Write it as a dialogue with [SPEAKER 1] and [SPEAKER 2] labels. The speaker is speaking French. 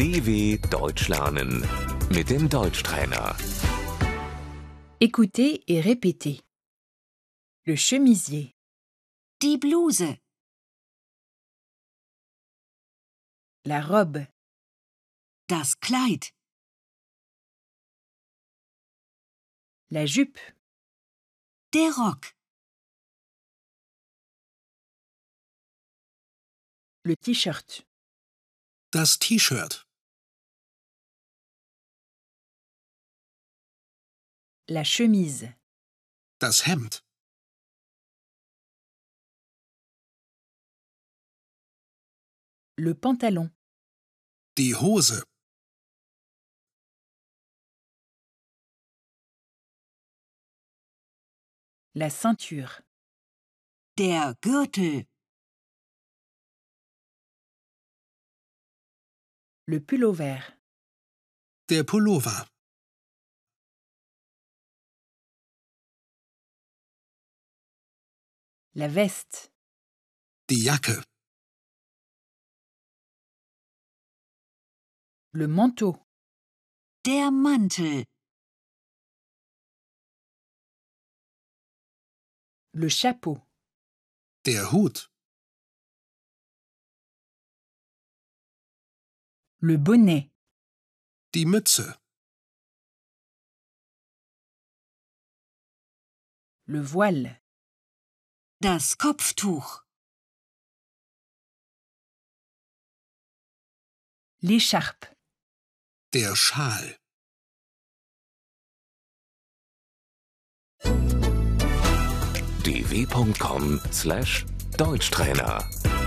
[SPEAKER 1] DW Deutsch lernen mit dem Deutschtrainer.
[SPEAKER 2] Écoutez et répétez. Le chemisier,
[SPEAKER 3] Die Bluse,
[SPEAKER 2] la robe,
[SPEAKER 3] das Kleid,
[SPEAKER 2] la jupe,
[SPEAKER 3] der Rock,
[SPEAKER 2] le t-shirt,
[SPEAKER 4] Das T-Shirt,
[SPEAKER 2] la chemise,
[SPEAKER 4] das Hemd,
[SPEAKER 2] le pantalon,
[SPEAKER 4] die Hose,
[SPEAKER 2] la ceinture,
[SPEAKER 3] der Gürtel,
[SPEAKER 2] le pullover,
[SPEAKER 4] der Pullover,
[SPEAKER 2] la veste,
[SPEAKER 4] die Jacke,
[SPEAKER 2] le manteau,
[SPEAKER 3] der Mantel,
[SPEAKER 2] le chapeau,
[SPEAKER 4] der Hut,
[SPEAKER 2] le bonnet,
[SPEAKER 4] die Mütze,
[SPEAKER 2] le voile,
[SPEAKER 3] das Kopftuch,
[SPEAKER 2] l'écharpe,
[SPEAKER 4] der Schal.
[SPEAKER 1] dw.com/deutschtrainer